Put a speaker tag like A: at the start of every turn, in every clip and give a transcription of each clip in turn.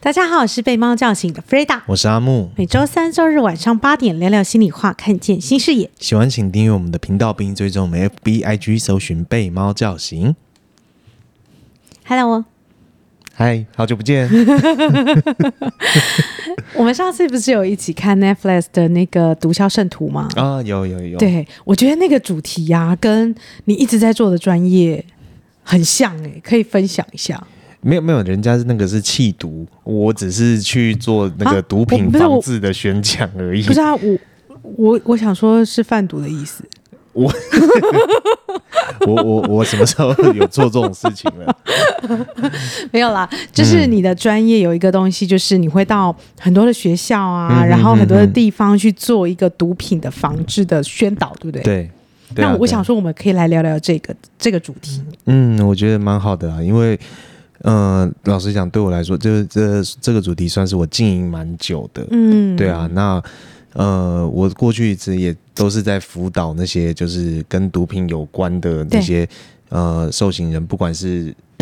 A: 大家好，我是被猫叫醒的 Freda。
B: 我是阿木，
A: 每周三、周日晚上八点聊聊心里话，看见新视野。
B: 喜欢请订阅我们的频道，并追踪我们 FB、IG，搜寻“被猫叫醒
A: Hello，”。
B: 嗨，好久不 见，
A: 我们上次不是有一起看 Netflix 的那个《毒枭圣徒》吗？
B: 啊，有有有，，
A: 对，我觉得那个主题呀、跟你一直在做的专业很像诶、可以分享一下。
B: 没有没有，人家是那个是弃毒，我只是去做那
A: 啊
B: 个毒
A: 我
B: 品
A: 不是我
B: 防治的宣讲而已
A: 不。是啊，我我我想说是贩毒的意思。
B: 我我我什么时候有做这种事情了？
A: 没有啦，就是你的专业有一个东西，就是你会到很多的学校啊，
B: 嗯嗯
A: 然后很多的
B: 嗯嗯
A: 地方去做一个毒品的防治的宣导，对不 对？。
B: 对，对啊
A: 那我
B: 对啊
A: 想说，我们可以来聊聊这个这个主题。
B: 嗯，我觉得蛮好的啊，因为，呃，老实讲，对我来说，这这这个主题算是我经营蛮久的，
A: 嗯，
B: 对啊，，那呃，我过去一直也都是在辅导那些就是跟毒品有关的那
A: 对
B: 些呃受刑人，不管是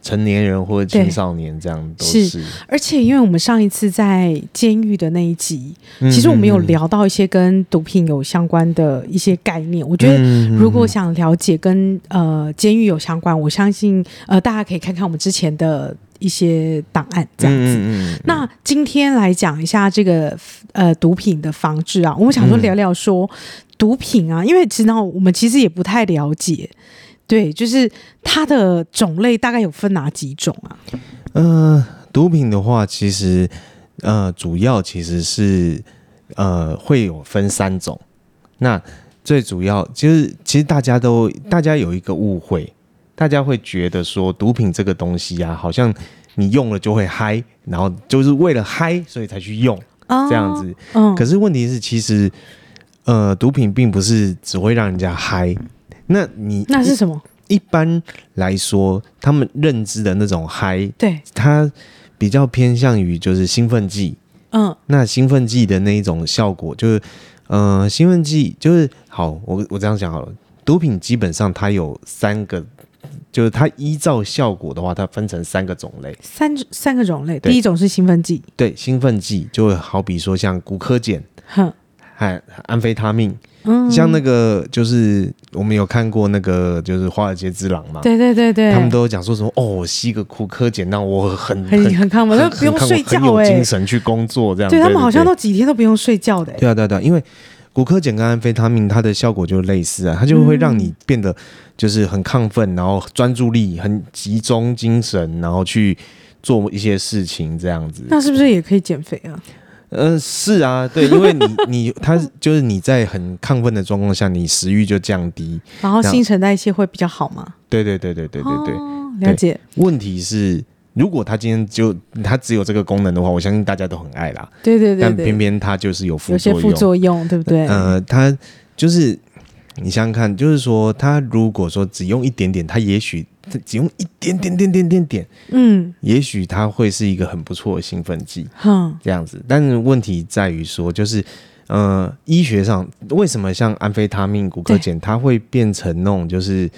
B: 成年人或者
A: 对
B: 青少年，这样都
A: 是
B: 是。
A: 而且因为我们上一次在监狱的那一集，
B: 嗯
A: 其实我们有，聊到一些跟毒品有相关的一些概念，我觉得。
B: 得
A: 如果想了解跟呃监狱有相关，我相信呃大家可以看看我们之前的一些档案这样子。
B: 嗯嗯
A: 那今天来讲一下这个呃毒品的防治啊，我们想说
B: 嗯
A: 聊聊说、毒品啊，因为其实呢我们其实也不太了解，对，就是它的种类大概有分哪几种啊？
B: 呃，毒品的话，其实呃，主要其实是呃，会有分三种。那最主要就是，其实大家都大家有一个误会，大家会觉得说毒品这个东西啊，好像你用了就会嗨，然后就是为了嗨，所以才去用这样子。
A: 哦，嗯，
B: 可是问题是，其实呃，毒品并不是只会让人家嗨。那你
A: 那是什么？
B: 一般来说，他们认知的那种嗨，
A: 对，
B: 它比较偏向于就是兴奋剂。
A: 嗯，
B: 那兴奋剂的那一种效果，就是呃，兴奋剂就是好，我我这样讲好了，毒品基本上它有三个，就是它依照效果的话，它分成三个种类。
A: 三三个种类，
B: 对
A: 第一种是兴奋剂，
B: 对，兴奋剂就好比说像骨科碱、
A: 哼，
B: 和安非他命，
A: 嗯，
B: 像那个就是我们有看过那个就是《华尔街之狼》嘛，
A: 对对对对，
B: 啊他们都讲说什么哦，我吸个骨科碱让我很
A: 很很亢奋，
B: 很
A: 都不用
B: 很
A: 睡
B: 很
A: 觉
B: 有
A: 哎、
B: 精神啊去工作这样。
A: 对他们好像都几天都不用睡觉的、欸，
B: 对啊，对啊，对啊，因为骨科碱跟安非他命它的效果就类似啊，它就会让
A: 嗯
B: 你变得就是很亢奋，然后专注力很集中精神，然后去做一些事情这样子。
A: 那是不是也可以减肥啊？
B: 呃，是啊，对，因为你你它就是你在很亢奋的状况下，你食欲就降低。
A: 然后
B: 那
A: 新陈代谢会比较好吗？
B: 对对对对对对对。
A: 哦了解，
B: 问题是，如果它今天就它只有这个功能的话，我相信大家都很爱啦。
A: 对对对
B: 但偏
A: 对，
B: 偏它就是有副
A: 有些
B: 作
A: 副
B: 用。
A: 作用，对不对？
B: 呃，他就是你想想看，就是说他如果说只用一点点，他也许只用一点点点点点点，
A: 嗯
B: 也许他会是一个很不错的兴奋剂
A: 哼，
B: 这样子。但是问题在于说，就是呃，医学上为什么像安非他命、骨科
A: 对
B: 碱，它会变成那种就是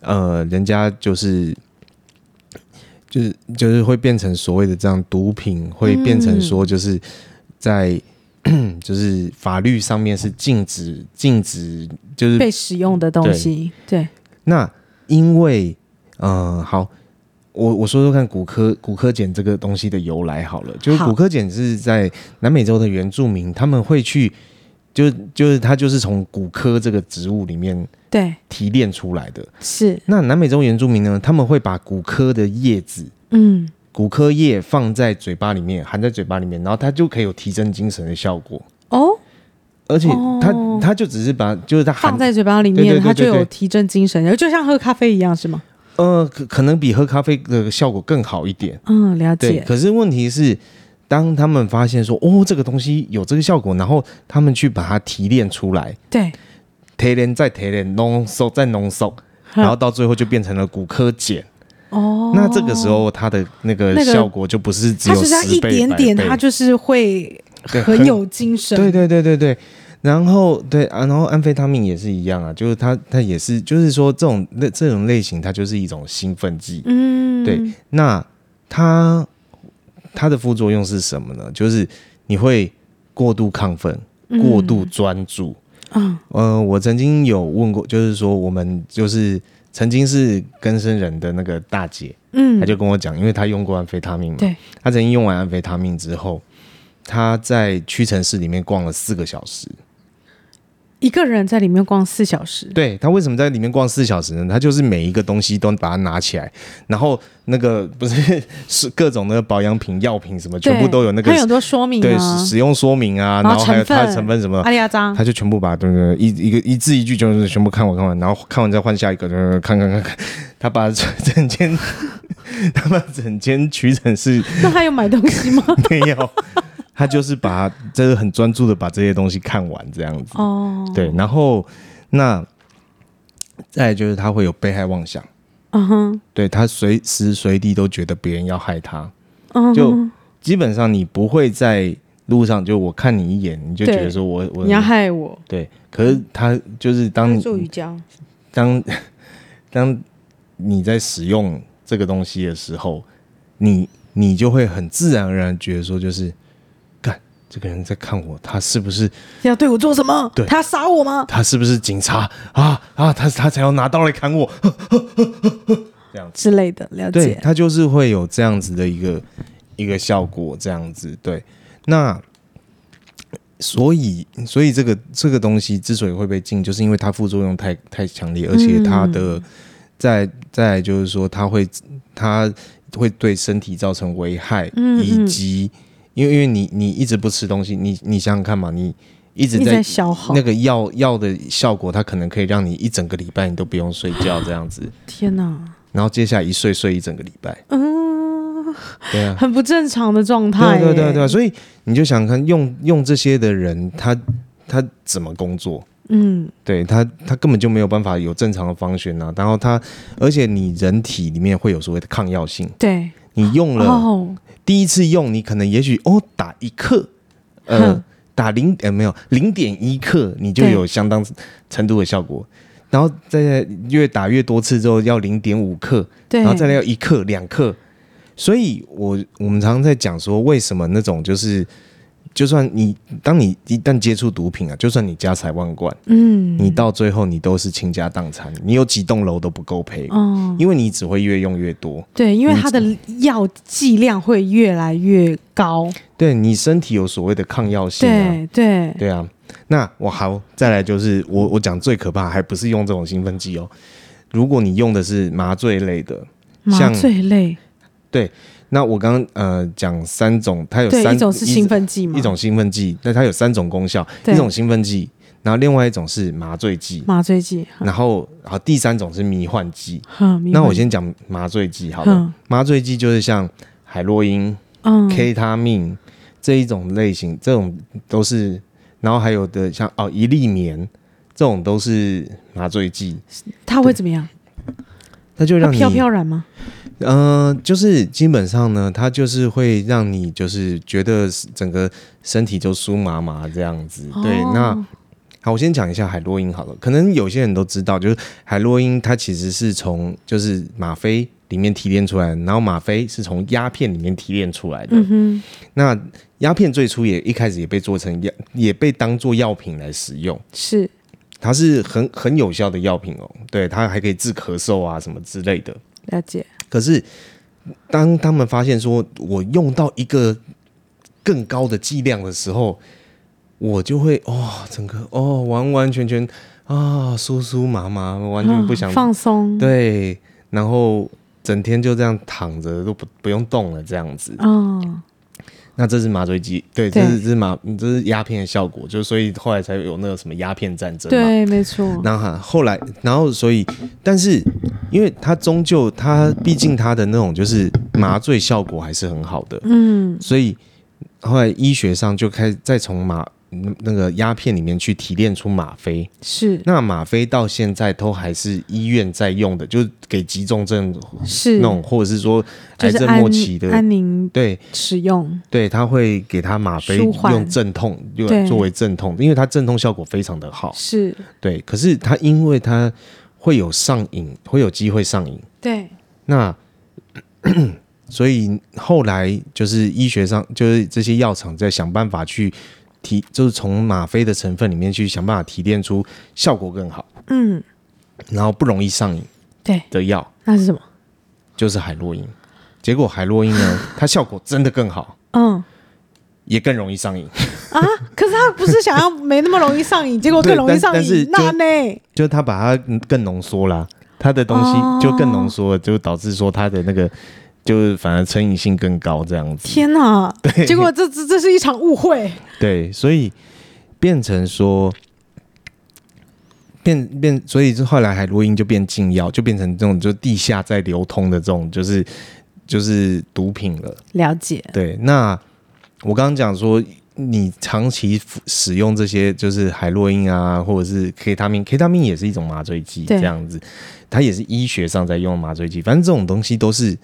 B: 呃，人家就是。就是就是会变成所谓的这样毒品，会变成说就是在、 就是法律上面是禁止禁止，就是
A: 被使用的东西，对，
B: 那因为，呃，好，我我说说看骨科骨科碱这个东西的由来好了，就是
A: 好
B: 骨科碱是在南美洲的原住民，他们会去，就就是它就是从骨科这个植物里面
A: 对，
B: 提炼出来的。
A: 是，
B: 那南美洲原住民呢，他们会把骨科的叶子。
A: 嗯，
B: 骨科叶放在嘴巴里面，含在嘴巴里面，然后它就可以有提升精神的效果。
A: 哦，
B: 而且它、
A: 哦
B: 它就只是把，就是它含
A: 放在嘴巴里
B: 对对
A: 面，
B: 对
A: 它就
B: 对
A: 有
B: 对
A: 提振精神，然后就像喝咖啡一样，是吗？
B: 呃，可可能比喝咖啡的效果更好一点。
A: 嗯，了
B: 对，
A: 解，
B: 可是问题是，当他们发现说哦，这个东西有这个效果，然后他们去把它提炼出来，
A: 对，
B: 提炼再提炼，浓缩再浓缩，然后到最后就变成了骨科碱。
A: 哦，
B: 那这个时候它的那个
A: 那个
B: 效果就不是只
A: 它
B: 有
A: 就是它一
B: 十倍、
A: 点
B: 百
A: 点，
B: 倍
A: 它就是会
B: 对
A: 很有精神，
B: 对对对对对。然后对啊，然后安非他命也是一样啊，就是它它也是，就是说这种那这种类型，它就是一种兴奋剂。
A: 嗯，
B: 对，那它它的副作用是什么呢？就是你会过度亢奋、过度专注。
A: 嗯，
B: 呃，我曾经有问过，就是说我们就是曾经是更生人的那个大姐，
A: 嗯，
B: 她就跟我讲，因为她用过安非他命嘛，
A: 对，
B: 她曾经用完安非他命之后，她在屈臣氏里面逛了四个小时。
A: 一个人在里面逛四小时，
B: 对她为什么在里面逛四小时呢？她就是每一个东西都把它拿起来，然后那个不是是各种那个保养品、药品什么，全部
A: 对
B: 都有那个
A: 它有很多说明
B: 对
A: 啊
B: 使，使用说明啊，
A: 然后
B: 然后还有
A: 成
B: 它
A: 分哎
B: 的成分什么的
A: 阿里阿扎
B: 他就全部把对对对一一个一字一句就是全部看完看完，然后看完再换下一个，对对对看看看看，他把整整间 他把整间曲诊是
A: 那他有买东西吗？
B: 没有，他就是把就是很专注的把这些东西看完这样子，
A: 哦，
B: 对，然后那再来就是他会有被害妄想，
A: 嗯哼，
B: 对他随时随地都觉得别人要害他，
A: 嗯哼，
B: 就基本上你不会在路上就我看你一眼你就觉得
A: 对
B: 说 我我
A: 你要害我，
B: 对，可是他就是当你
A: 做瑜伽，
B: 当当你在使用这个东西的时候，你你就会很自然而然觉得说，就是干这个人在看我，他是不是
A: 要对我做什么？
B: 对
A: 他要杀我吗？
B: 他是不是警察啊啊，他他才要拿刀来砍我，
A: 之类的，了
B: 对，
A: 解。
B: 它就是会有这样子的一个一个效果，这样子。对，那所以所以这个这个东西之所以会被禁，就是因为它副作用太太强烈，而且它的、
A: 嗯
B: 再再来就是说，它会它会对身体造成危害，
A: 嗯嗯
B: 以及因为因为你你一直不吃东西，你你想想看嘛，你一直
A: 一直
B: 在
A: 在消耗
B: 那，个药药的效果，它可能可以让你一整个礼拜你都不用睡觉这样子，
A: 天哪，
B: 然后接下来一睡睡一整个礼拜，
A: 嗯，
B: 对啊，
A: 很不正常的状态耶。
B: 对对对对，所以你就想看用用这些的人，他他怎么工作？
A: 嗯，
B: 对他，他根本就没有办法有正常的方旋啊。然后他，而且你人体里面会有所谓的抗药性，
A: 对，
B: 你用了、
A: 哦，
B: 第一次用，你可能也许哦打一克，呃
A: 哼，
B: 打零呃没有零点一克，你就
A: 对
B: 有相当程度的效果。然后再越打越多次之后，要零点五克，
A: 对，
B: 然后再来要一克两克。所以我我们常常在讲说，为什么那种就是，就算你当你一旦接触毒品啊，就算你家财万贯，
A: 嗯，
B: 你到最后你都是倾家荡产，你有几栋楼都不够赔，
A: 哦，
B: 因为你只会越用越多。
A: 对，因为它的药剂量会越来越高，
B: 对你身体有所谓的抗药性、啊，
A: 对对，
B: 对啊。那我好，再来就是我我讲最可怕，还不是用这种兴奋剂哦。如果你用的是麻醉类的，
A: 麻
B: 像
A: 醉类，
B: 那我刚刚呃讲三种，它有
A: 对，
B: 三
A: 一种是兴奋剂嘛，
B: 一种兴奋剂，那它有三种功效，
A: 对
B: 一种兴奋剂，然后另外一种是麻醉剂，
A: 麻醉剂。
B: 然后好第三种是迷幻剂。
A: 哼，迷
B: 那我
A: 幻
B: 先讲麻醉剂好了，
A: 哼
B: 麻醉剂就是像海洛因、
A: 嗯
B: K 他命这一种类型，这种都是，然后还有的像哦一粒棉，这种都是麻醉剂，
A: 它会怎么样？
B: 它就
A: 它
B: 让
A: 飘
B: 你
A: 飘然吗？
B: 嗯，就是基本上呢，它就是会让你就是觉得整个身体就酥麻麻这样子。对，
A: 哦
B: 那好，我先讲一下海洛因好了。可能有些人都知道，就是海洛因它其实是从就是吗啡里面提炼出来的，然后吗啡是从鸦片里面提炼出来的。
A: 嗯哼，
B: 那鸦片最初也一开始也被做成药，也被当做药品来使用。
A: 是
B: 它是很很有效的药品哦，对，它还可以治咳嗽啊什么之类的。
A: 了解，
B: 可是当他们发现说我用到一个更高的剂量的时候，我就会哦，整个哦，完完全全啊，酥酥麻麻，完全不
A: 啊
B: 想、
A: 放松，，
B: 对，然后整天就这样躺着都不不用动了这样子。
A: 嗯，
B: 那这是麻醉剂，对，
A: 对
B: 这是这是麻这是鸦片的效果，就所以后来才有那个什么鸦片战争嘛。
A: 对，没错，
B: 那哈后来，然后所以，但是因为它终究它毕竟它的那种就是麻醉效果还是很好的，
A: 嗯，
B: 所以后来医学上就开始再从吗嗯那个鸦片里面去提炼出吗啡。
A: 是
B: 那吗啡到现在都还是医院在用的，就是给急重症
A: 是
B: 那种，或者是说
A: 就
B: 癌
A: 是
B: 症
A: 安
B: 末期的，
A: 安宁
B: 对
A: 使用，
B: 对，他会给他吗啡
A: 舒缓
B: 用镇痛，用
A: 对
B: 作为镇痛，因为它镇痛效果非常的好。
A: 是
B: 对，可是他因为他会有上瘾，会有机会上瘾，
A: 对，
B: 那 所以后来就是医学上，就是这些药厂在想办法去提，就是从吗啡的成分里面去想办法提炼出效果更好，
A: 嗯，
B: 然后不容易上瘾
A: 对，
B: 的药，
A: 那是什么？
B: 就是海洛因。结果海洛因呢，它效果真的更好，
A: 嗯
B: 也更容易上瘾。
A: 啊，可是他不是想要没那么容易上瘾，结果更容易上
B: 但但是
A: 瘾，
B: 就
A: 那呢？
B: 就是它把它更浓缩啦，它的东
A: 哦
B: 西就更浓缩了，就导致说它的那个就是反而成瘾性更高这样子。
A: 天哪！结果这这这是一场误会。
B: 对，所以变成说变变，所以就后来海洛因就变禁药，就变成这种就地下在流通的这种就是就是毒品了。
A: 了解，
B: 对，那我刚刚讲说，你长期服使用这些就是海洛因啊，或者是 K 他命，K 他命也是一种麻醉剂，
A: 对
B: 这样子，它也是医学上在用麻醉剂。反正这种东西都是，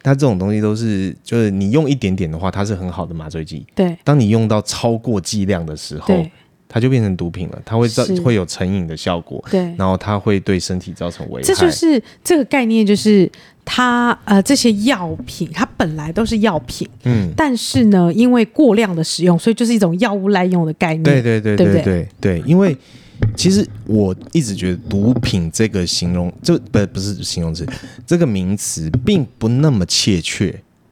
B: 它这种东西都是，就是你用一点点的话，它是很好的麻醉剂。
A: 对
B: 当你用到超过剂量的时候
A: 对，
B: 它就变成毒品了，它会造
A: 是
B: 会有成瘾的效果，
A: 对，
B: 然后它会对身体造成危害。
A: 这就是这个概念，就是它呃这些药品，它本来都是药品，
B: 嗯，
A: 但是呢，因为过量的使用，所以就是一种药物滥用的概念。
B: 对对对
A: 对不
B: 对对对，因为其实我一直觉得“毒品”这个形容，就不不是形容词，这个名词并不那么切确，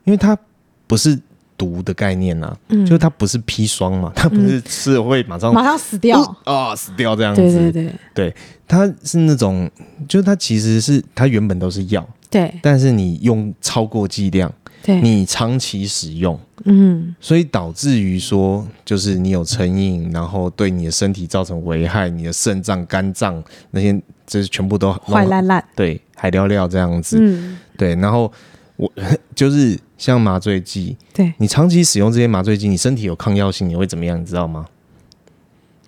B: 因为它不是“毒”的概念呐、啊，
A: 嗯
B: 就是它不是砒霜嘛， 它不是吃了会马上
A: 马上死掉。
B: 啊、死掉这样子，
A: 对对对
B: 它是那种，就是它其实是它原本都是药，
A: 对
B: 但是你用超过剂量，
A: 对，
B: 你长期使用，
A: 嗯，
B: 所以导致于说，就是你有成瘾，然后对你的身体造成危害，你的肾脏、肝脏那些，这全部都
A: 坏
B: 了。
A: 烂烂。
B: 对，海料料这样子。
A: 嗯，
B: 对，然后我 就是像麻醉剂，
A: 对，
B: 你长期使用这些麻醉剂，你身体有抗药性，你会怎么样？你知道吗？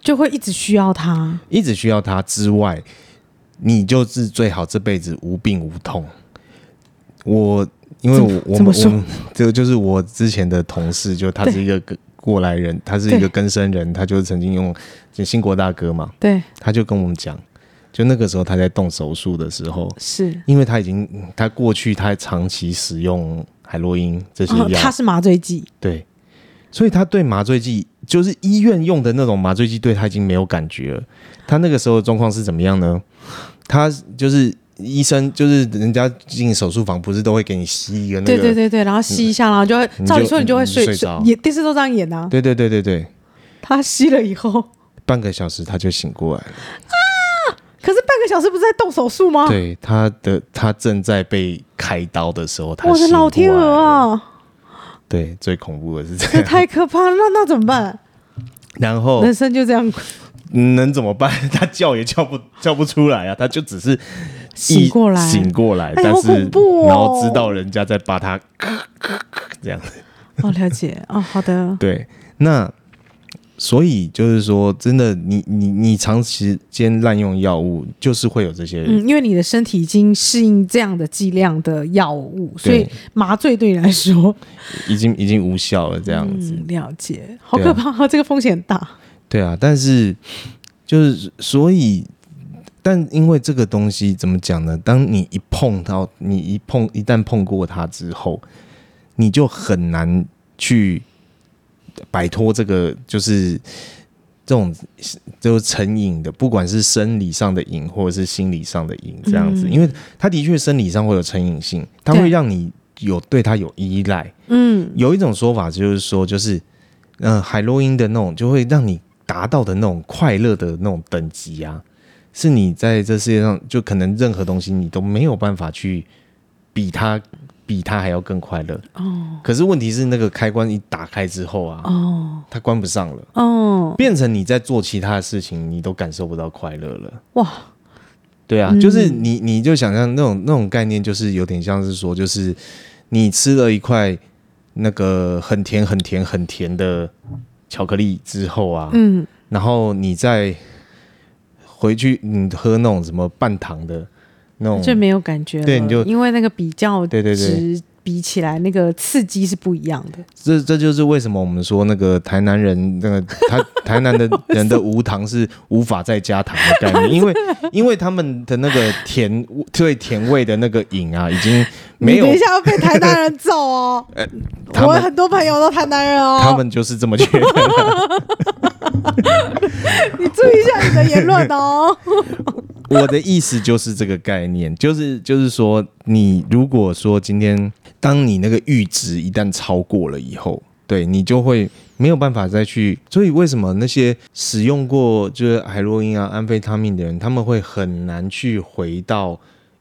A: 就会一直需要它。
B: 一直需要它之外，你就是最好这辈子无病无痛。我因为我我
A: 怎么
B: 们
A: 说
B: 我们就就是我之前的同事，就他
A: 对
B: 是一个跟过来人，他是一
A: 对
B: 个根生人，他就是曾经用就兴国大哥嘛，
A: 对，
B: 他就跟我们讲，就那个时候他在动手术的时候，
A: 是。
B: 因为他已经他过去他长期使用海洛因这些
A: 哦，
B: 药，
A: 它是麻醉剂。
B: 对，所以他对麻醉剂，就是医院用的那种麻醉剂，对他已经没有感觉了。他那个时候的状况是怎么样呢？他就是医生，就是人家进手术房不是都会给你吸一个那
A: 对
B: 个？
A: 对对对，然后吸一下，然后就会，
B: 你就
A: 照理说你就会睡
B: 嗯睡着
A: 演电视都这样演啊。
B: 对对对对对
A: 他吸了以后，
B: 半个小时他就醒过来了。
A: 可是半个小时不是在动手术吗？
B: 对，他的他正在被开刀的时候，他
A: 我的
B: 醒过
A: 老天
B: 来
A: 鹅
B: 了！
A: 啊，
B: 对，最恐怖的是这
A: 这
B: 样。
A: 太可怕了，哦那那怎么 办？
B: 然后
A: 人生就这样
B: 能怎么办？ 他叫也叫不叫不出来啊！他就只是
A: 醒
B: 一
A: 过来，
B: 醒过来，
A: 哎
B: 但
A: 好
B: 是
A: 恐怖哦
B: 然后知道人家在把他咳咳咳这样，
A: 哦，了解哦，好的，
B: 对，那所以就是说，真的，你你你长时间滥用药物，就是会有这些，
A: 嗯，因为你的身体已经适应这样的剂量的药物，所以
B: 对
A: 麻醉对你来说
B: 已经已经无效了这样子，
A: 嗯，了解，好
B: 对
A: 可
B: 啊
A: 怕， 这个风险很大，
B: 对啊，但是就是所以。但因为这个东西怎么讲呢？当你一碰到，你一碰一旦碰过它之后，你就很难去摆脱这个，就是这种就是成瘾的，不管是生理上的瘾或者是心理上的瘾，这样子，
A: 嗯
B: 因为它的确生理上会有成瘾性，它
A: 对
B: 会让你有对它有依赖。
A: 嗯，
B: 有一种说法就是说，就是嗯、呃海洛因的那种，就会让你达到的那种快乐的那种等级啊，是你在这世界上就可能任何东西你都没有办法去比它比它还要更快乐。
A: 哦
B: 可是问题是，那个开关一打开之后啊，
A: 哦
B: 它关不上了，
A: 哦，
B: 变成你在做其他的事情，你都感受不到快乐了。
A: 哇，
B: 对啊，
A: 嗯
B: 就是你，你就想象那种那种概念，就是有点像是说，就是你吃了一块那个很甜、很甜、很甜的巧克力之后啊，
A: 嗯，
B: 然后你再回去，你喝那种什么半糖的那
A: 就
B: 种，
A: 没有感觉了，
B: 嗯对你就
A: 因为那个比较
B: 对对对
A: 值比起来，那个刺激是不一样的。
B: 这这就是为什么我们说那个台南人那个台 台南的人的无糖是无法再加糖的概念，因为因为他们的那个甜对甜味的那个瘾啊，已经没
A: 你
B: 有呃
A: 等一下要被台南人揍 哦！
B: 他
A: 我
B: 们
A: 很多朋友都台南人哦。
B: 他们就是这么 觉得。
A: 你注意一下你的言论哦。
B: 我的意思就是这个概念， 就是就是说，你如果说今天当你那个阈值一旦超过了以后，对你就会没有办法再去。所以为什么那些使用过就是海洛因啊、安非他命的人，他们会很难去回到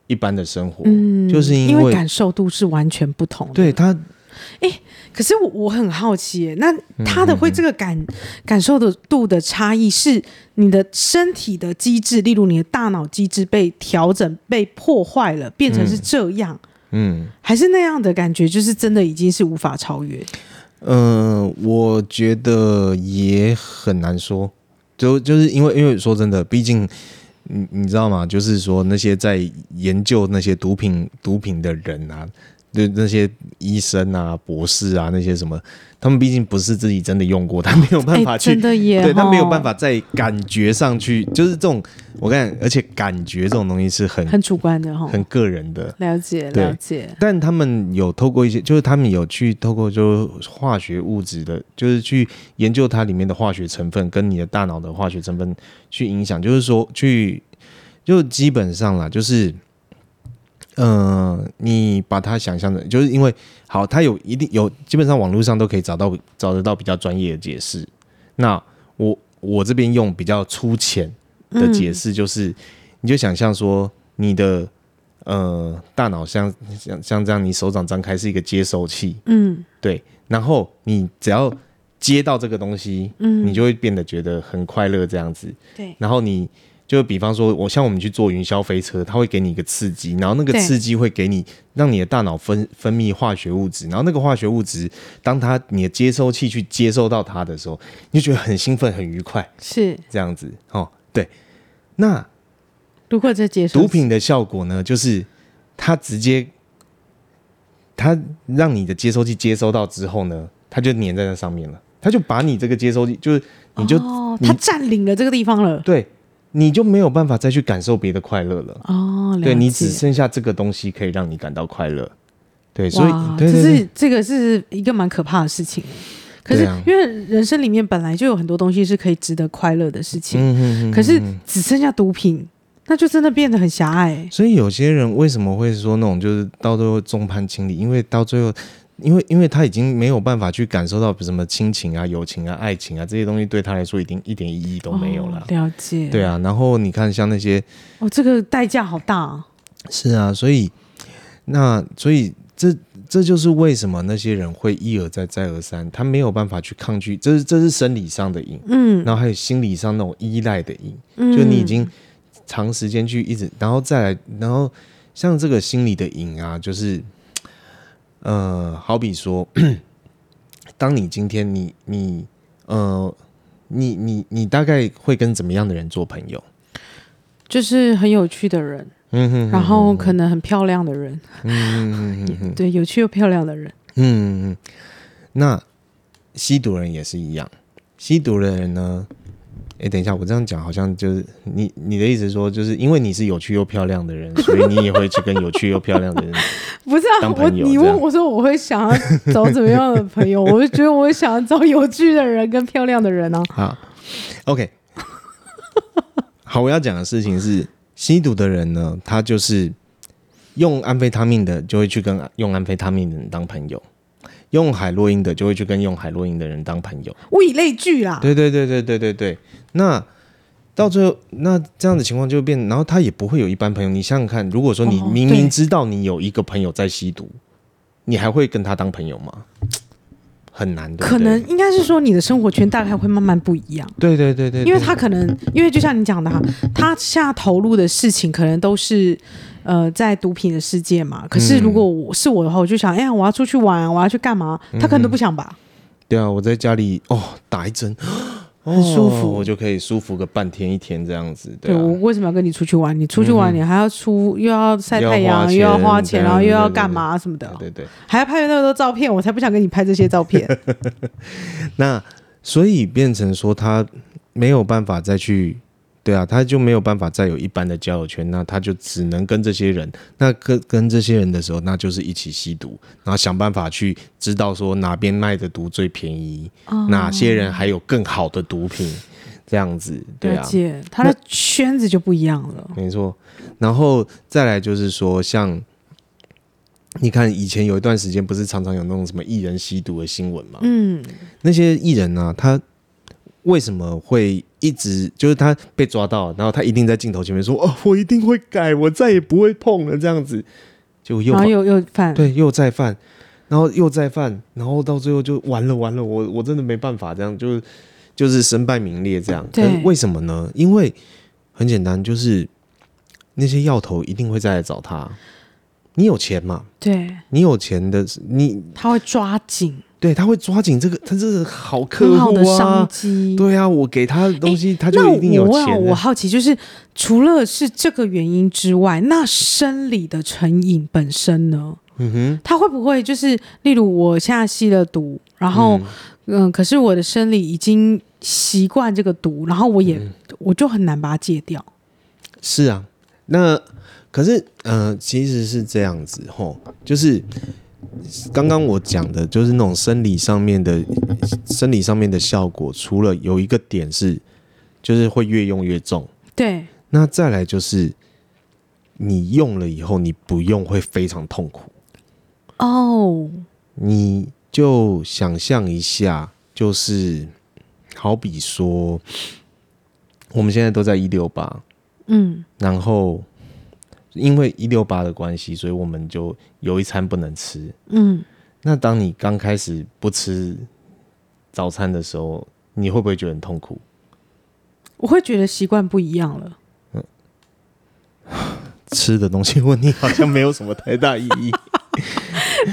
B: 一般的生活，
A: 嗯
B: 就是因
A: 因
B: 为
A: 感受度是完全不同的。
B: 对他
A: 可是我我很好奇耶，那他的会这个感、感受的度的差异，是你的身体的机制，例如你的大脑机制被调整、被破坏了，变成是这样，
B: 嗯。
A: 还是那样的感觉，就是真的已经是无法超越。
B: 嗯，我觉得也很难说，就就是因为因为说真的，毕竟你你知道吗？就是说那些在研究那些毒品毒品的人啊，就那些医生啊、博士啊那些什么，他们毕竟不是自己真的用过，他没有办法
A: 哎
B: 去，
A: 真的耶，
B: 对他没有办
A: 吼，
B: 法在感觉上去，就是这种我跟你讲，而且感觉这种东西是很
A: 很主观的哈。
B: 很个人的，
A: 了解，
B: 对
A: 了解。
B: 但他们有透过一些，就是他们有去透过就化学物质的，就是去研究它里面的化学成分跟你的大脑的化学成分去影响，就是说去就基本上啦，就是。嗯、你把它想象成，就是因为好，它有一定有，基本上网络上都可以找到找得到比较专业的解释。那我我这边用比较粗浅的解释，就是、你就想象说你的呃大脑像像像这样，你手掌张开是一个接收器，
A: 嗯
B: 对，然后你只要接到这个东西，
A: 嗯，
B: 你就会变得觉得很快乐这样子。
A: 对，
B: 然后你就比方说，我像我们去坐云霄飞车，它会给你一个刺激，然后那个
A: 对
B: 刺激会给你让你的大脑分分泌化学物质，然后那个化学物质，当它你的接收器去接收到它的时候，你就觉得很兴奋、很愉快
A: 是。
B: 这样子哦。对，那
A: 如果这结束，
B: 毒品的效果呢，就是它直接，它让你的接收器接收到之后呢，它就粘在那上面了，它就把你这个接收器，就是你就、
A: 哦，
B: 你
A: 他占领了这个地方了。
B: 对，你就没有办法再去感受别的快乐了。
A: 哦，了
B: 对你
A: 解
B: 只剩下这个东西可以让你感到快乐。对，所以
A: 哇
B: 对
A: 这
B: 对对
A: 是这个是一个蛮可怕的事情。可是、
B: 对啊
A: 因为人生里面本来就有很多东西是可以值得快乐的事情，
B: 嗯嗯嗯
A: 可是
B: 嗯嗯
A: 只剩下毒品，那就真的变得很狭隘。
B: 所以有些人为什么会说那种就是到最后众叛亲离？因为到最后，因为因为他已经没有办法去感受到什么亲情啊、友情啊、爱情啊这些东西，对他来说已经一点意义都没有了。
A: 哦了解。
B: 对啊，然后你看像那些
A: 哦，这个代价好大、啊。
B: 是啊，所以那所以这这就是为什么那些人会一而再再而三，他没有办法去抗拒，这是这是生理上的瘾，
A: 嗯，
B: 然后还有心理上那种依赖的瘾，
A: 嗯
B: 就你已经长时间去一直，然后再来，然后像这个心理的瘾啊，就是，呃，好比说， 当你今天你你呃，你你你大概会跟怎么样的人做朋友？
A: 就是很有趣的人，
B: 嗯哼
A: 然后可能很漂亮的人，
B: 嗯嗯嗯
A: 对，有趣又漂亮的人。
B: 嗯嗯，那吸毒人也是一样，吸毒的人呢？哎，等一下，我这样讲好像就是你你的意思是说，就是因为你是有趣又漂亮的人，所以你也会去跟有趣又漂亮的人
A: 不是啊，
B: 当
A: 我
B: 朋友
A: 你
B: 这
A: 问
B: 样
A: 我说我会想要找怎么样的朋友，我就觉得我会想要找有趣的人跟漂亮的人啊。
B: 好，OK，好，我要讲的事情是，吸毒的人呢，他就是用安非他命的，就会去跟用安非他命的人当朋友；用海洛因的，就会去跟用海洛因的人当朋友。
A: 物以类聚啦。
B: 对对对对对对对。那到最后，那这样的情况就变，然后他也不会有一般朋友。你想想看，如果说你
A: 哦
B: 明明
A: 对
B: 知道你有一个朋友在吸毒，你还会跟他当朋友吗？很难，对不
A: 可
B: 对
A: 能应该是说你的生活圈大概会慢慢不一样，
B: 对对对对，
A: 因为
B: 对
A: 他可能，因为就像你讲的哈，他下投入的事情可能都是呃在毒品的世界嘛。可
B: 嗯
A: 是如果我是我的话，我就想，哎、呀，我要
B: 嗯
A: 出去玩，我要去干嘛？他可能都不想吧。
B: 对啊，我在家里哦打一针，
A: 很舒服
B: 哦我就可以舒服个半天一天这样子，
A: 对
B: 啊嗯
A: 我，为什么要跟你出去玩？你出去玩，你还要出又要晒
B: 又要
A: 太
B: 花
A: 阳，
B: 钱
A: 又要花钱，
B: 对
A: 然后又要
B: 对对
A: 干嘛什么的，
B: 对对。
A: 还要拍那么多照片，我才不想跟你拍这些照片。
B: 那所以变成说他没有办法再去，对啊，他就没有办法再有一般的交友圈，那他就只能跟这些人，那跟跟这些人的时候，那就是一起吸毒，然后想办法去知道说哪边卖的毒最便宜，哪些人还有更好的毒品，这样子， 对
A: 了
B: 啊，
A: 解，他的圈子就不一样了。
B: 没错。然后再来就是说，像你看以前有一段时间，不是常常有那种什么艺人吸毒的新闻嘛？
A: 嗯，
B: 那些艺人啊，他为什么会一直就是他被抓到，然后他一定在镜头前面说：“哦，我一定会改，我再也不会碰了。”这样子，就又
A: 然后又又犯，
B: 对又再犯，然后又再犯，然后到最后就完了完了，我我真的没办法，这样就是就是身败名裂这样。
A: 对
B: 可是为什么呢？因为很简单，就是那些药头一定会再来找他。你有钱嘛？
A: 对，
B: 你有钱的，你
A: 他会抓紧
B: 对他会抓紧这个，他这个好客户
A: 很
B: 啊，
A: 好的商机。
B: 对啊，我给他的东西，他
A: 那
B: 就一定有
A: 我啊
B: 钱啊
A: 我
B: 的。
A: 好奇，就是除了是这个原因之外，那生理的成瘾本身呢？
B: 嗯哼，
A: 它会不会就是，例如我现在吸了毒，然后嗯可是我的生理已经习惯这个毒，然后我也、
B: 嗯
A: 我就很难把它戒掉。
B: 是啊，那可是呃，其实是这样子吼，就是刚刚我讲的，就是那种生理上面的生理上面的效果，除了有一个点是，就是会越用越重，
A: 对，
B: 那再来就是你用了以后，你不用会非常痛苦。
A: 哦，
B: 你就想象一下，就是好比说，我们现在都在一六八，
A: 嗯，
B: 然后因为一六八的关系，所以我们就有一餐不能吃。
A: 嗯，
B: 那当你刚开始不吃早餐的时候，你会不会觉得很痛苦？
A: 我会觉得习惯不一样了。
B: 吃的东西问你好像没有什么太大意义。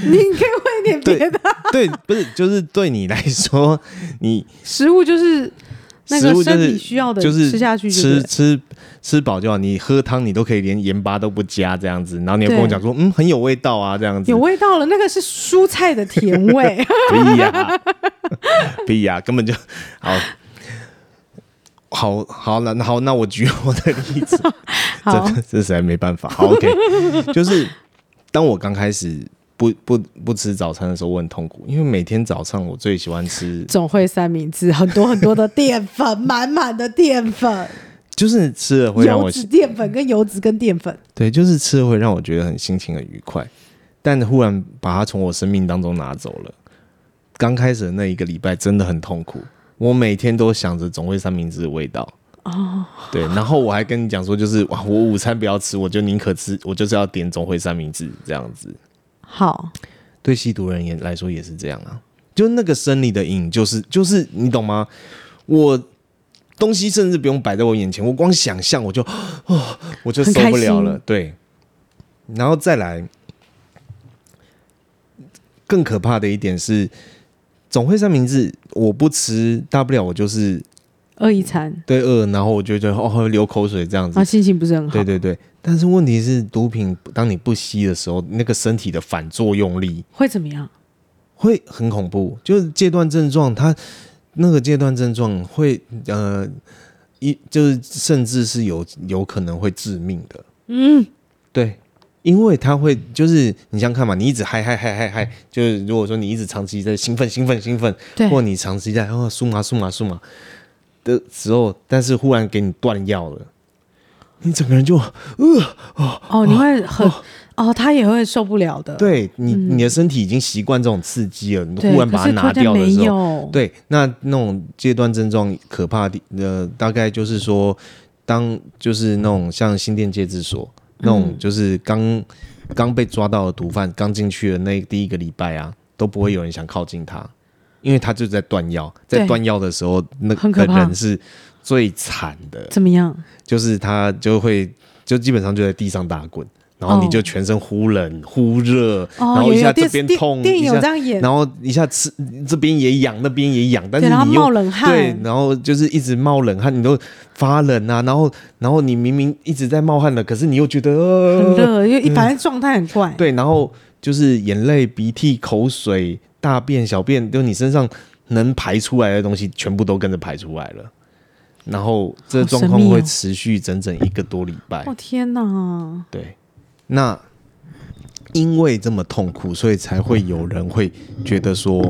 A: 你可以问一点别的，
B: 对，不是，就是对你来说，你
A: 食物就是那
B: 食
A: 个
B: 物就
A: 身
B: 是
A: 体需要的，
B: 就是
A: 吃下去就
B: 吃
A: 对
B: 吃吃饱就好，你喝汤你都可以连盐巴都不加这样子，然后你又
A: 对
B: 跟我讲说，嗯，很有味道啊，这样子，
A: 有味道了，那个是蔬菜的甜 味。
B: 屁呀、屁呀、啊根本就好。好好了，那好，那我举我的例子，
A: 好
B: 这，这实在没办法。好，OK，就是当我刚开始不不不吃早餐的时候，我很痛苦，因为每天早上我最喜欢吃
A: 总会三明治，很多很多的淀粉，满满的淀粉，
B: 就是吃了会让
A: 油
B: 我
A: 脂淀粉跟油脂跟淀粉。
B: 对，就是吃了会让我觉得很心情很愉快，但忽然把它从我生命当中拿走了。刚开始的那一个礼拜真的很痛苦，我每天都想着总会三明治的味道。哦，对，然后我还跟你讲说，就是哇，我午餐不要吃，我就宁可吃，我就是要点总会三明治这样子。
A: 好，
B: 对吸毒人也来说也是这样啊，就那个生理的瘾，就是就是你懂吗？我东西甚至不用摆在我眼前，我光想象我就哦，我就受不了
A: 很开
B: 了
A: 心。
B: 对，然后再来，更可怕的一点是，总会三明治我不吃，大不了我就是
A: 饿一餐，
B: 对饿，然后我就觉得哦会流口水这样子
A: 然后。心情不是很好。
B: 对对对，但是问题是，毒品当你不吸的时候，那个身体的反作用力
A: 会怎么样？
B: 会很恐怖，就是戒断症状，它那个戒断症状会呃一就是甚至是有有可能会致命的。
A: 嗯，
B: 对，因为它会就是你想想看嘛，你一直嗨嗨嗨嗨嗨，就是如果说你一直长期在兴奋兴奋兴奋，
A: 对，
B: 或你长期在哦数码数码数码的时候，但是忽然给你断药了，你整个人就
A: 哦，你会很，哦，他也会受不了的。
B: 对你、你的身体已经习惯这种刺激了，你
A: 嗯对，
B: 忽然
A: 可
B: 把它
A: 是突
B: 拿掉的
A: 没
B: 时候。
A: 有，
B: 对，那那种戒断症状可怕的呃，大概就是说，当就是那种像新店戒治所那
A: 嗯
B: 种，就是刚、刚被抓到的毒贩，刚进去的那第一个礼拜啊，都不会有人想靠近他，因为他就在断药，在
A: 对
B: 断药的时候，那
A: 很
B: 个
A: 可怕
B: 人是最惨的，
A: 怎么样？
B: 就是他就会就基本上就在地上打滚，然后你
A: 哦
B: 就全身忽冷忽热，
A: 哦
B: 然后
A: 有
B: 一
A: 有
B: 下这
A: 电
B: 边
A: 电
B: 痛，
A: 电影
B: 一
A: 有
B: 下
A: 这样演
B: 然后一下吃这边也痒，那边也痒，但是
A: 对，然后
B: 你又
A: 冒冷汗，
B: 对，然后就是一直冒冷汗，你都发冷啊，然后然后你明明一直在冒汗了，可是你又觉得、
A: 很
B: 呃、
A: 热，因为一反正状态很怪。
B: 对，然后就是眼泪、鼻涕、口水、大便、小便，就你身上能排出来的东西，全部都跟着排出来了。然后这
A: 好神
B: 状况
A: 秘哦
B: 会持续整整一个多礼拜。
A: 哦天哪！
B: 对，那因为这么痛苦，所以才会有人会觉得说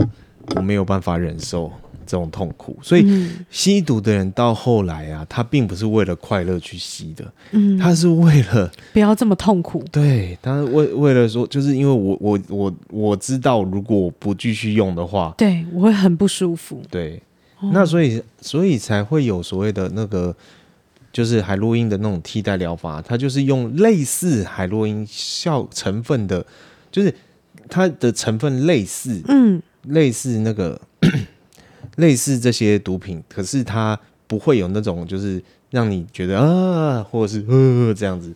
B: 我没有办法忍受这种痛苦。所以吸毒的人到后来啊，他并不是为了快乐去吸的，
A: 嗯，
B: 他是为了
A: 不要这么痛苦。
B: 对，他是为为了说，就是因为我我我我知道，如果我不继续用的话，
A: 对，我会很不舒服。
B: 对，
A: 哦
B: 那所以所以才会有所谓的那个，就是海洛因的那种替代疗法，它就是用类似海洛因效成分的，就是它的成分类似
A: 嗯，
B: 类似那个 类似这些毒品，可是它不会有那种就是让你觉得啊，或者是呃这样子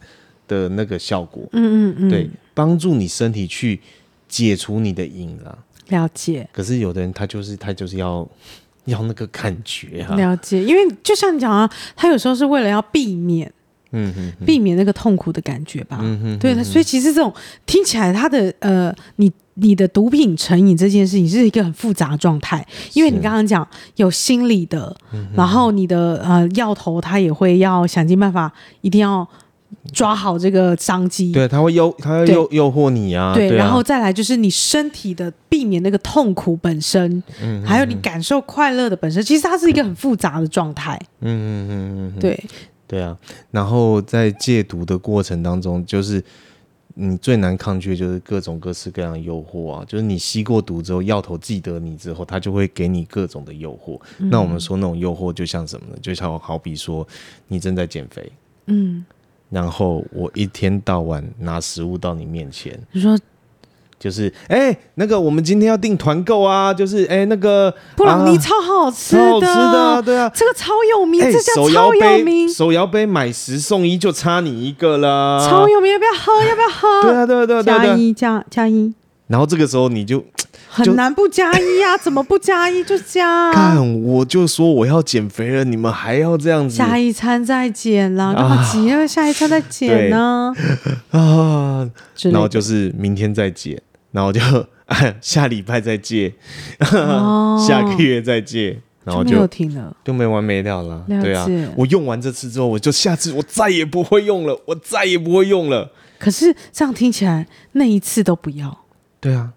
B: 的那个效果，
A: 嗯嗯嗯，
B: 对，，帮助你身体去解除你的瘾啊。
A: 了解。
B: 可是有的人他就是他就是要 要那个感觉啊，
A: 了解，因为就像你讲啊，他有时候是为了要避免
B: 嗯哼，
A: 避免那个痛苦的感觉吧。
B: 嗯哼，
A: 对，所以其实这种听起来，他的呃，你你的毒品成瘾这件事情是一个很复杂的状态，因为你
B: 是嗯
A: 刚刚讲有心理的，然后你的呃药头他也会要想尽办法，一定要抓好这个商机。
B: 对，啊他会诱他会
A: 对
B: 诱诱惑你啊，
A: 对
B: 对啊，
A: 然后再来就是你身体的避免那个痛苦本身，
B: 嗯哼
A: 还有你感受快乐的本身，其实它是一个很复杂的状态。
B: 嗯嗯嗯嗯，
A: 对，
B: 对啊，然后在戒毒的过程当中，就是你最难抗拒的就是各种各式各样的诱惑啊，就是你吸过毒之后，药头记得你之后，他就会给你各种的诱惑。
A: 嗯
B: 那我们说那种诱惑就像什么呢？就像好比说你正在减肥，
A: 嗯，
B: 然后我一天到晚拿食物到你面前。
A: 你说
B: 就是哎、那个我们今天要订团购啊，就是哎、那个
A: 布朗
B: 啊
A: 尼超好吃
B: 超
A: 的，
B: 好吃的啊，对啊，
A: 这个超有名，
B: 哎、
A: 这
B: 手
A: 家
B: 摇
A: 超有
B: 杯
A: 名，
B: 手摇杯买十送一就差你一个啦，
A: 超有名，要不要喝？要不要
B: 啊对
A: 喝？
B: 啊对啊对啊对啊，对
A: 加
B: 啊
A: 一加加一，
B: 然后这个时候你就就
A: 很难不加一 啊！怎么不加一就加啊？
B: 看我就说我要减肥了，你们还要这样子
A: 下一餐再减啦，干嘛急啊？下一餐再减呢？
B: 啊，
A: 之类的
B: 然后就是明天再减，然后就啊下礼拜再戒，
A: 哦
B: 下个月再戒，然后
A: 就没有停了。
B: 就没完没了了。
A: 了解
B: 对啊，我用完这次之后，我就下次我再也不会用了，我再也不会用了。
A: 可是这样听起来，那一次都不要，
B: 对啊，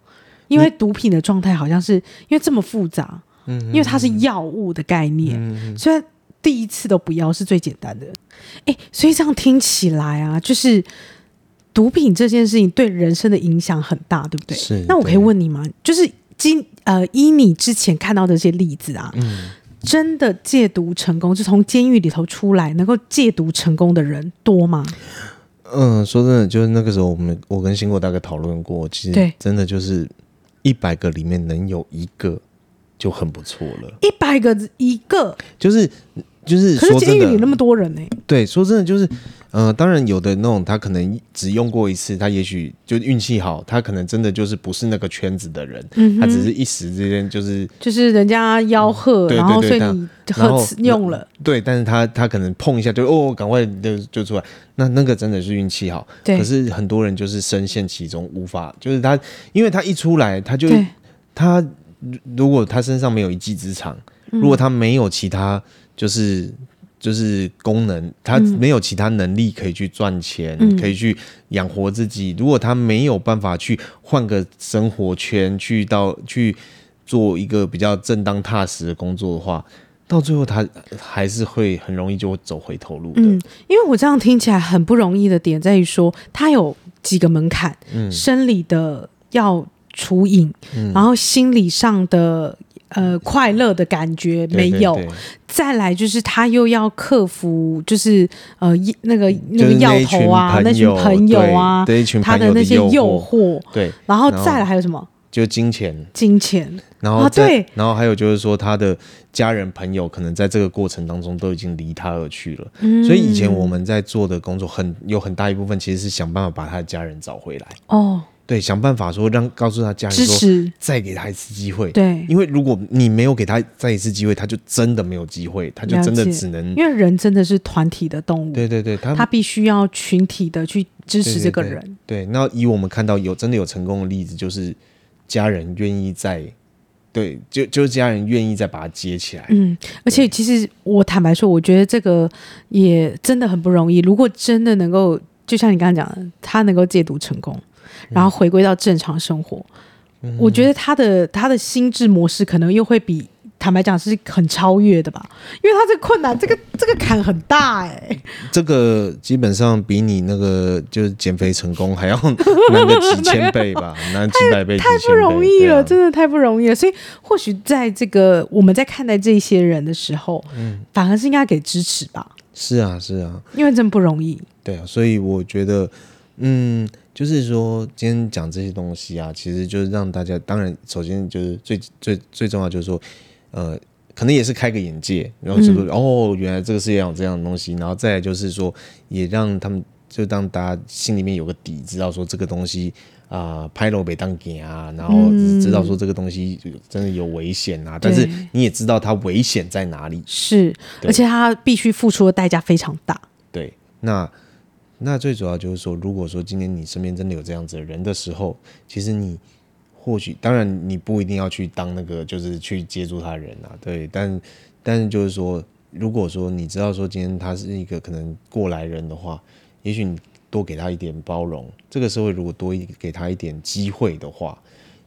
A: 因为毒品的状态好像是因为这么复杂，
B: 嗯
A: 因为它是药物的概念，
B: 嗯，
A: 所以第一次都不要是最简单的。哎，所以这样听起来啊，就是毒品这件事情对人生的影响很大，对不对？
B: 是
A: 那我可以
B: 对
A: 问你吗？就是今呃，依你之前看到的这些例子啊，
B: 嗯
A: 真的戒毒成功，就从监狱里头出来能够戒毒成功的人多吗？
B: 嗯，说真的，就是那个时候我们我跟新国大哥讨论过，其
A: 对
B: 实真的就是一百个里面能有一个就很不错了，
A: 一百个一个，
B: 就是就是
A: 可是
B: 说
A: 监
B: 真
A: 狱里那
B: 的，
A: 么多人呢、
B: 对，说真的就是。呃，当然有的那种，他可能只用过一次，他也许就运气好，他可能真的就是不是那个圈子的人，
A: 嗯
B: 他
A: 哼，
B: 只是一时之间就是
A: 就是人家吆喝，
B: 嗯对对
A: 然后
B: 对
A: 所以
B: 但
A: 你
B: 然后
A: 喝用了，
B: 对，但是他他可能碰一下就哦，赶快就就出来，那那个真的是运气好。
A: 对
B: 可是很多人就是深陷其中，无法就是他，因为他一出来，他就
A: 对，
B: 他如果他身上没有一技之长，
A: 嗯
B: 如果他没有其他就是就是功能，他没有其他能力可以去赚钱，
A: 嗯
B: 可以去养活自己。如果他没有办法去换个生活圈，去到去做一个比较正当踏实的工作的话，到最后他还是会很容易就走回头路的。
A: 嗯，因为我这样听起来很不容易的点在于说，它有几个门槛，
B: 嗯
A: 生理的要除瘾，然后心理上的呃快乐的感觉没
B: 对
A: 有，
B: 嗯对对
A: 再来就是他又要克服，就是呃一那个那个
B: 嗯就是
A: 药
B: 一群
A: 头啊，那
B: 朋
A: 群朋友啊，
B: 对，对一群
A: 他
B: 朋
A: 的
B: 友
A: 那些
B: 诱
A: 诱惑，
B: 对，
A: 然后
B: 然后
A: 再来还有什么？
B: 就金钱，
A: 金钱，
B: 然后
A: 啊
B: 再、
A: 对
B: 然后还有就是说他的家人朋友可能在这个过程当中都已经离他而去了，所以以前我们在做的工作很有很大一部分其实是想办法把他的家人找回来，
A: 哦，
B: 对，想办法说让告诉他家人
A: 支
B: 说
A: 持，
B: 再给他一次机会，
A: 对，
B: 因为如果你没有给他再一次机会，他就真的没有机会，他就真
A: 了
B: 的
A: 解
B: 只能
A: 因为人真的是团体的动物，
B: 对对对，他
A: 嗯他必须要群体的去支持
B: 对
A: 这个人。
B: 对，那以我们看到有真的有成功的例子，就是家人愿意在，对，就就是家人愿意再把它接起来。
A: 嗯，而且其实我坦白说，我觉得这个也真的很不容易。如果真的能够，就像你刚刚讲的，他能够戒毒成功，嗯然后回归到正常生活，我觉得他的他的心智模式可能又会比。坦白讲是很超越的吧，因为他这个困难，这个这个坎很大哎、
B: 这个基本上比你那个就是减肥成功还要 难个几千倍吧，难几百倍、几
A: 太
B: 千
A: 不
B: 倍
A: 容易
B: 对
A: 了，
B: 啊
A: 真的太不容易了。所以或许在这个我们在看待这些人的时候，
B: 嗯
A: 反而是应该给支持吧，
B: 是啊，是啊，
A: 因为真不容易。
B: 对啊，所以我觉得，嗯，就是说今天讲这些东西啊，其实就是让大家，当然首先就是最最最重要就是说，呃，可能也是开个眼界，然后就说、哦，原来这个世界上有这样的东西，然后再来就是说，也让他们就让大家心里面有个底，知道说这个东西。啊，拍楼北当给啊，然后知道说这个东西真的有危险啊，但是
A: 对
B: 你也知道它危险在哪里，
A: 是，
B: 对
A: 而且他必须付出的代价非常大。
B: 对，那那最主要就是说，如果说今天你身边真的有这样子的人的时候，其实你或许当然你不一定要去当那个就是去接触他的人啊，对，但但是就是说，如果说你知道说今天他是一个可能过来人的话，也许你多给他一点包容，这个社会如果多一给他一点机会的话，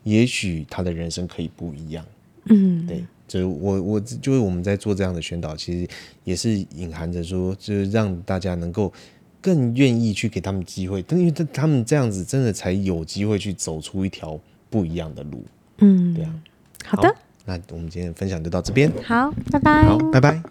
B: 也许他的人生可以不一样。
A: 嗯，
B: 对，就是我我就是我们在做这样的宣导，其实也是隐含着说，就是让大家能够更愿意去给他们机会，但因为他他们这样子真的才有机会去走出一条不一样的路。
A: 嗯，
B: 对啊，
A: 好的，
B: 那我们今天的分享就到这边，
A: 好，拜拜
B: 好，拜拜。